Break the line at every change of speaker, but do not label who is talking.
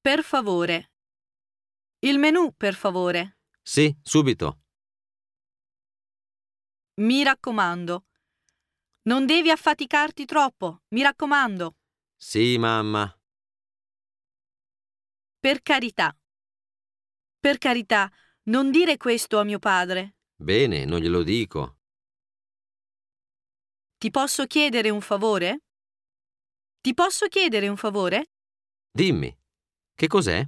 Per favore. Il menù, per favore.
Sì, subito.
Mi raccomando. Non devi affaticarti troppo, mi raccomando.
Sì, mamma.
Per carità. Per carità, non dire questo a mio padre.
Bene, non glielo dico.
Ti posso chiedere un favore? Ti posso chiedere un favore?
Dimmi, che cos'è?